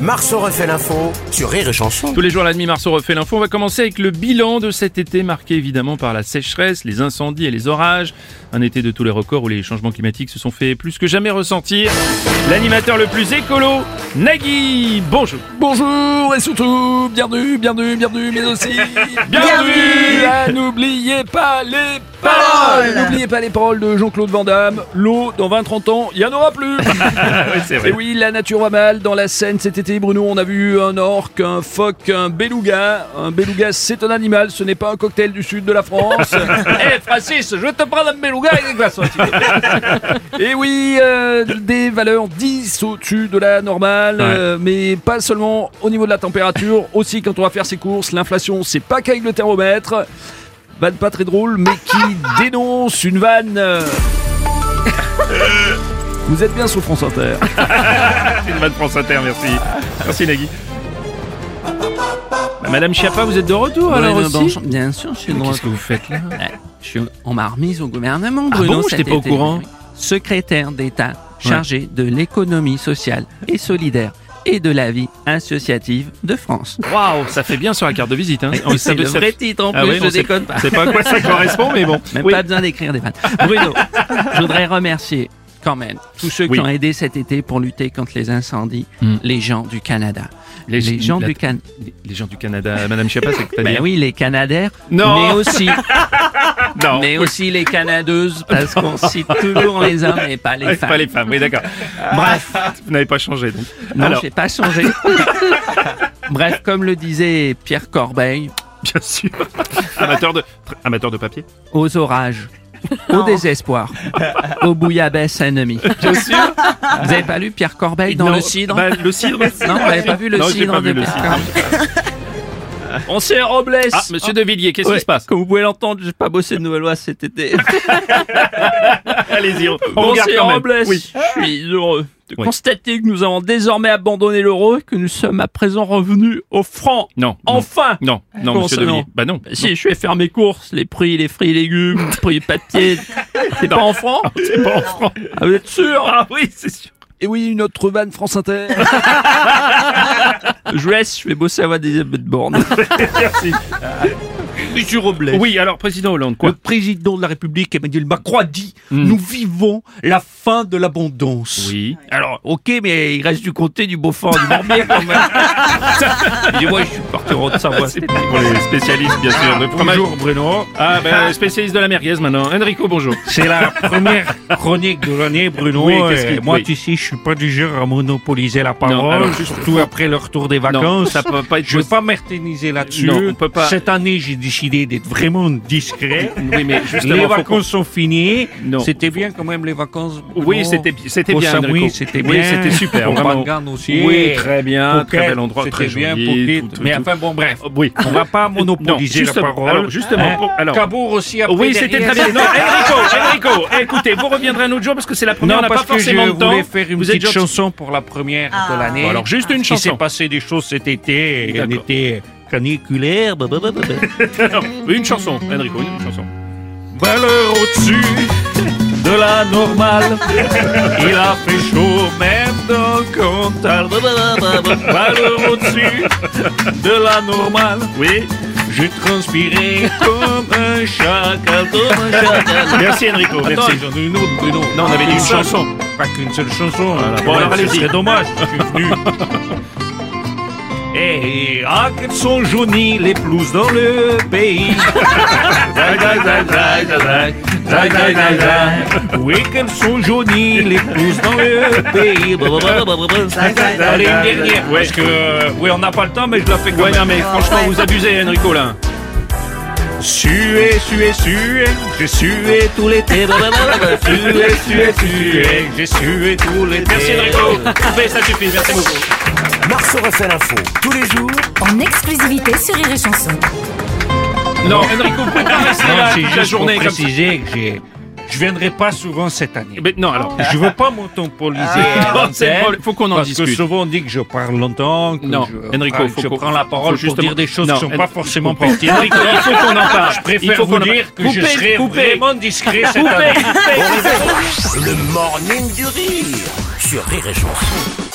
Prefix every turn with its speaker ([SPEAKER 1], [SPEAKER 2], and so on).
[SPEAKER 1] Marceau refait l'info sur Rire et Chanson.
[SPEAKER 2] Tous les jours à la demi-marceau refait l'info. On va commencer avec le bilan de cet été marqué évidemment par la sécheresse, les incendies et les orages. Un été de tous les records où les changements climatiques se sont fait plus que jamais ressentir. L'animateur le plus écolo, Nagui. Bonjour.
[SPEAKER 3] Bonjour et surtout, bienvenue, bienvenue, bienvenue, mais aussi
[SPEAKER 2] Bienvenue.
[SPEAKER 3] à N'oubliez pas les paroles N'oubliez pas les paroles de Jean-Claude Van Damme. L'eau, dans 20-30 ans, il n'y en aura plus
[SPEAKER 2] Eh oui, c'est
[SPEAKER 3] Et oui, la nature va mal. Dans la Seine cet été, Bruno, on a vu un orque, un phoque, un beluga. Un beluga, c'est un animal, ce n'est pas un cocktail du sud de la France. Eh Francis, je te prends un beluga et des glaçons, s'il te plaît. Et oui, euh, des valeurs 10 au-dessus de la normale,
[SPEAKER 2] Ouais.
[SPEAKER 3] euh, mais pas seulement au niveau de la température, aussi quand on va faire ses courses. L'inflation, c'est pas qu'avec le thermomètre. Vanne pas très drôle, mais qui dénonce une vanne. euh. Vous êtes bien sur France Inter.
[SPEAKER 2] C'est une vanne France Inter, merci. Merci Nagui. Bah, Madame Chiappa, vous êtes de retour alors
[SPEAKER 4] Bruno,
[SPEAKER 2] aussi
[SPEAKER 4] bonjour. bien sûr, je suis de
[SPEAKER 2] Qu'est-ce
[SPEAKER 4] droite.
[SPEAKER 2] que vous Eh, faites là
[SPEAKER 4] Je suis en ma remise au gouvernement,
[SPEAKER 2] Ah
[SPEAKER 4] Bruno.
[SPEAKER 2] bon,
[SPEAKER 4] cet
[SPEAKER 2] j'étais pas au
[SPEAKER 4] été.
[SPEAKER 2] courant.
[SPEAKER 4] Oui. Secrétaire d'État chargé de l'économie sociale et solidaire et de la vie associative de France.
[SPEAKER 2] Waouh, ça fait bien sur la carte de visite. Hein. On- Ah ça-
[SPEAKER 4] C'est le
[SPEAKER 2] ça-
[SPEAKER 4] vrai titre en
[SPEAKER 2] Ah
[SPEAKER 4] plus,
[SPEAKER 2] oui,
[SPEAKER 4] je
[SPEAKER 2] on sait-
[SPEAKER 4] déconne pas.
[SPEAKER 2] C'est pas à quoi ça correspond, mais bon.
[SPEAKER 4] Même
[SPEAKER 2] Oui.
[SPEAKER 4] pas besoin d'écrire des vannes. Bruno, je voudrais remercier quand même tous ceux
[SPEAKER 2] Oui.
[SPEAKER 4] qui ont aidé cet été pour lutter contre les incendies,
[SPEAKER 2] Hmm.
[SPEAKER 4] les gens du Canada.
[SPEAKER 2] Les-
[SPEAKER 4] Les, gens
[SPEAKER 2] la-
[SPEAKER 4] du Canada.
[SPEAKER 2] Les gens du Canada, Madame Chiappa, c'est que t'as dit.
[SPEAKER 4] Ben oui, les Canadaires,
[SPEAKER 2] Non.
[SPEAKER 4] mais aussi
[SPEAKER 2] Non.
[SPEAKER 4] mais aussi les Canadeuses, parce qu'on cite toujours les hommes et pas les
[SPEAKER 2] Ouais,
[SPEAKER 4] femmes.
[SPEAKER 2] Pas les femmes, oui, d'accord. Bref, vous n'avez pas changé. Donc.
[SPEAKER 4] Non,
[SPEAKER 2] Alors,
[SPEAKER 4] j'ai pas changé. Bref, comme le disait Pierre Corbeil,
[SPEAKER 2] bien sûr, amateur de, tr- amateur de papier.
[SPEAKER 4] aux orages, au désespoir, aux bouillabaisse ennemies.
[SPEAKER 2] Bien sûr.
[SPEAKER 4] Vous avez pas lu Pierre Corbeil dans le cidre
[SPEAKER 2] Ah, bah, Le cidre
[SPEAKER 4] Non, vous avez pas vu le
[SPEAKER 2] Non, j'ai
[SPEAKER 4] cidre
[SPEAKER 2] pas vu
[SPEAKER 4] de
[SPEAKER 2] le
[SPEAKER 4] Pierre
[SPEAKER 2] cidre.
[SPEAKER 4] Corbeil
[SPEAKER 3] Ancien Robles
[SPEAKER 2] Ah, monsieur De Villiers, qu'est-ce
[SPEAKER 4] Ouais,
[SPEAKER 2] qui se passe
[SPEAKER 4] Comme vous pouvez l'entendre, j'ai pas bossé de nouvelle loi cet été.
[SPEAKER 2] Allez-y, on, on
[SPEAKER 4] Bon,
[SPEAKER 2] regarde
[SPEAKER 4] c'est
[SPEAKER 2] quand même.
[SPEAKER 4] Robles,
[SPEAKER 2] Oui.
[SPEAKER 5] Ah.
[SPEAKER 4] je suis heureux de
[SPEAKER 2] Oui.
[SPEAKER 4] constater que nous avons désormais abandonné l'euro et que nous sommes à présent revenus au franc.
[SPEAKER 2] Non, non,
[SPEAKER 4] Enfin
[SPEAKER 2] non, non,
[SPEAKER 4] Comment
[SPEAKER 2] monsieur
[SPEAKER 4] ça,
[SPEAKER 2] De Villiers.
[SPEAKER 4] non
[SPEAKER 2] Bah non.
[SPEAKER 4] Si je vais faire mes courses, les prix, les fruits et légumes, les prix papier, c'est pas en franc
[SPEAKER 2] C'est pas en France.
[SPEAKER 4] ah, Vous êtes sûr
[SPEAKER 2] Ah oui, c'est sûr.
[SPEAKER 3] Et oui, une autre vanne France Inter.
[SPEAKER 4] Je laisse, je vais bosser à avoir des de borne.
[SPEAKER 2] Merci.
[SPEAKER 5] Monsieur Robles,
[SPEAKER 2] Oui, alors, président Hollande, quoi
[SPEAKER 5] le président de la République Emmanuel Macron a dit
[SPEAKER 4] Hmm.
[SPEAKER 5] Nous vivons la fin de l'abondance.
[SPEAKER 2] Oui.
[SPEAKER 4] Alors, ok, mais il reste du comté, du Beaufort, du Morbier quand même. Et moi, je suis
[SPEAKER 2] Ah,
[SPEAKER 4] parti en Haute-Savoie.
[SPEAKER 2] C'est pour les spécialistes, bien sûr. de fromage.
[SPEAKER 5] Bruno.
[SPEAKER 2] Ah, ben, spécialiste de la merguez maintenant. Enrico, bonjour.
[SPEAKER 5] C'est la première chronique de l'année, Bruno.
[SPEAKER 2] Oui, qu'est-ce
[SPEAKER 5] Et
[SPEAKER 2] qui-
[SPEAKER 5] moi,
[SPEAKER 2] oui.
[SPEAKER 5] tu sais, je suis pas du genre à monopoliser la parole,
[SPEAKER 2] alors,
[SPEAKER 5] surtout après le retour des
[SPEAKER 2] Non,
[SPEAKER 5] vacances.
[SPEAKER 2] ça peut pas être.
[SPEAKER 5] Je ne vais pas m'arténiser là-dessus.
[SPEAKER 2] Non, on peut pas.
[SPEAKER 5] Cette année, j'ai décidé d'être vraiment discret.
[SPEAKER 2] Oui, mais justement,
[SPEAKER 5] Les
[SPEAKER 2] faut qu'on-
[SPEAKER 5] vacances sont finies.
[SPEAKER 2] Non.
[SPEAKER 5] C'était bien quand même les vacances.
[SPEAKER 2] Oui,
[SPEAKER 5] Bruno.
[SPEAKER 2] c'était c'était
[SPEAKER 5] Au
[SPEAKER 2] bien.
[SPEAKER 5] Saint-Louis,
[SPEAKER 2] Enrico.
[SPEAKER 5] c'était
[SPEAKER 2] Oui,
[SPEAKER 5] bien.
[SPEAKER 2] c'était super.
[SPEAKER 5] Au
[SPEAKER 2] Vraiment.
[SPEAKER 5] Pangan aussi.
[SPEAKER 2] Oui, très bien, très
[SPEAKER 5] Phuket,
[SPEAKER 2] bel endroit,
[SPEAKER 5] c'était
[SPEAKER 2] très
[SPEAKER 5] bien,
[SPEAKER 2] joli,
[SPEAKER 5] Phuket.
[SPEAKER 2] tout, tout,
[SPEAKER 5] mais
[SPEAKER 2] tout.
[SPEAKER 5] enfin bon, bref.
[SPEAKER 2] Euh, Oui.
[SPEAKER 5] On va pas monopoliser
[SPEAKER 2] Non,
[SPEAKER 5] la
[SPEAKER 2] justement,
[SPEAKER 5] parole. Hein?
[SPEAKER 2] alors, justement, pour- alors.
[SPEAKER 5] Cabourg aussi après
[SPEAKER 2] Oui, c'était
[SPEAKER 5] derrière.
[SPEAKER 2] très bien. Non, Enrico, Enrico, écoutez, vous reviendrez un autre jour parce que c'est la
[SPEAKER 5] Non,
[SPEAKER 2] première, on n'a
[SPEAKER 5] parce
[SPEAKER 2] pas forcément
[SPEAKER 5] que je
[SPEAKER 2] de temps.
[SPEAKER 5] voulais faire une
[SPEAKER 2] vous
[SPEAKER 5] petite
[SPEAKER 2] êtes gentil.
[SPEAKER 5] chanson pour la première de l'année.
[SPEAKER 2] Bon, alors, juste une
[SPEAKER 5] Il s'est
[SPEAKER 2] chanson.
[SPEAKER 5] passé des choses cet été, et un
[SPEAKER 2] D'accord.
[SPEAKER 5] été caniculaire. bah, blablabla.
[SPEAKER 2] Non, une chanson, Enrico, une chanson.
[SPEAKER 5] valeur au-dessus de la normale. Il a fait chaud même dans le Cantal. Bah, Valeur au-dessus de la normale.
[SPEAKER 2] Oui.
[SPEAKER 5] J'ai transpiré comme un chacal, comme un chacal.
[SPEAKER 2] Merci Enrico,
[SPEAKER 5] Attends,
[SPEAKER 2] merci.
[SPEAKER 5] j'en ai une autre, Bruno.
[SPEAKER 2] Non, on avait dit une
[SPEAKER 5] seule.
[SPEAKER 2] chanson.
[SPEAKER 5] Pas qu'une seule chanson. hein,
[SPEAKER 2] Bon, alors, allez-y.
[SPEAKER 5] ce serait dommage. Je suis venu. Eh, ah, qu'elles sont jaunies les blouses dans le pays. Zaï, zaï, zaï, zaï, zaï, zaï. Zaï, zaï, zaï, zaï. Oui, qu'elles sont jaunies les blouses dans le pays. Allez, une dernière. Parce que, euh, oui, on n'a pas le temps, mais je la fais quand
[SPEAKER 2] Ouais, non
[SPEAKER 5] même.
[SPEAKER 2] mais franchement, vous abusez hein, Enrico là.
[SPEAKER 5] Sué, sué, sué, j'ai sué tout l'été. Sué, sué, sué, j'ai sué tout l'été.
[SPEAKER 2] Merci Enrico. Coupez, ça suffit, merci beaucoup.
[SPEAKER 1] Marceau refait l'info tous les jours
[SPEAKER 6] en exclusivité sur Rire et Chanson.
[SPEAKER 2] Non, Enrico, vous pouvez pas rester
[SPEAKER 5] Non,
[SPEAKER 2] là
[SPEAKER 5] c'est
[SPEAKER 2] toute la
[SPEAKER 5] juste pour
[SPEAKER 2] journée comme ça.
[SPEAKER 5] préciser que j'ai Je viendrai pas souvent cette année.
[SPEAKER 2] Mais non, alors.
[SPEAKER 5] Je veux pas m'autompoliser. à
[SPEAKER 2] Non, c'est le
[SPEAKER 5] l'antenne,
[SPEAKER 2] problème. Faut qu'on en
[SPEAKER 5] parce
[SPEAKER 2] discute.
[SPEAKER 5] que souvent on dit que je parle longtemps, que
[SPEAKER 2] Non,
[SPEAKER 5] je,
[SPEAKER 2] Enrico,
[SPEAKER 5] ah,
[SPEAKER 2] faut
[SPEAKER 5] je
[SPEAKER 2] qu'on-
[SPEAKER 5] prends la
[SPEAKER 2] faut
[SPEAKER 5] parole pour
[SPEAKER 2] justement-
[SPEAKER 5] dire des choses
[SPEAKER 2] Non,
[SPEAKER 5] qui sont
[SPEAKER 2] En-
[SPEAKER 5] pas forcément
[SPEAKER 2] je comprends.
[SPEAKER 5] pertinentes.
[SPEAKER 2] Enrico, il faut qu'on en parle.
[SPEAKER 5] Je
[SPEAKER 2] Il faut
[SPEAKER 5] préfère vous
[SPEAKER 2] qu'on en
[SPEAKER 5] dire que
[SPEAKER 2] parle.
[SPEAKER 5] je
[SPEAKER 2] Coupez,
[SPEAKER 5] serai
[SPEAKER 2] coupez.
[SPEAKER 5] vraiment discret cette année.
[SPEAKER 1] Le morning du rire sur Rire et Chanson.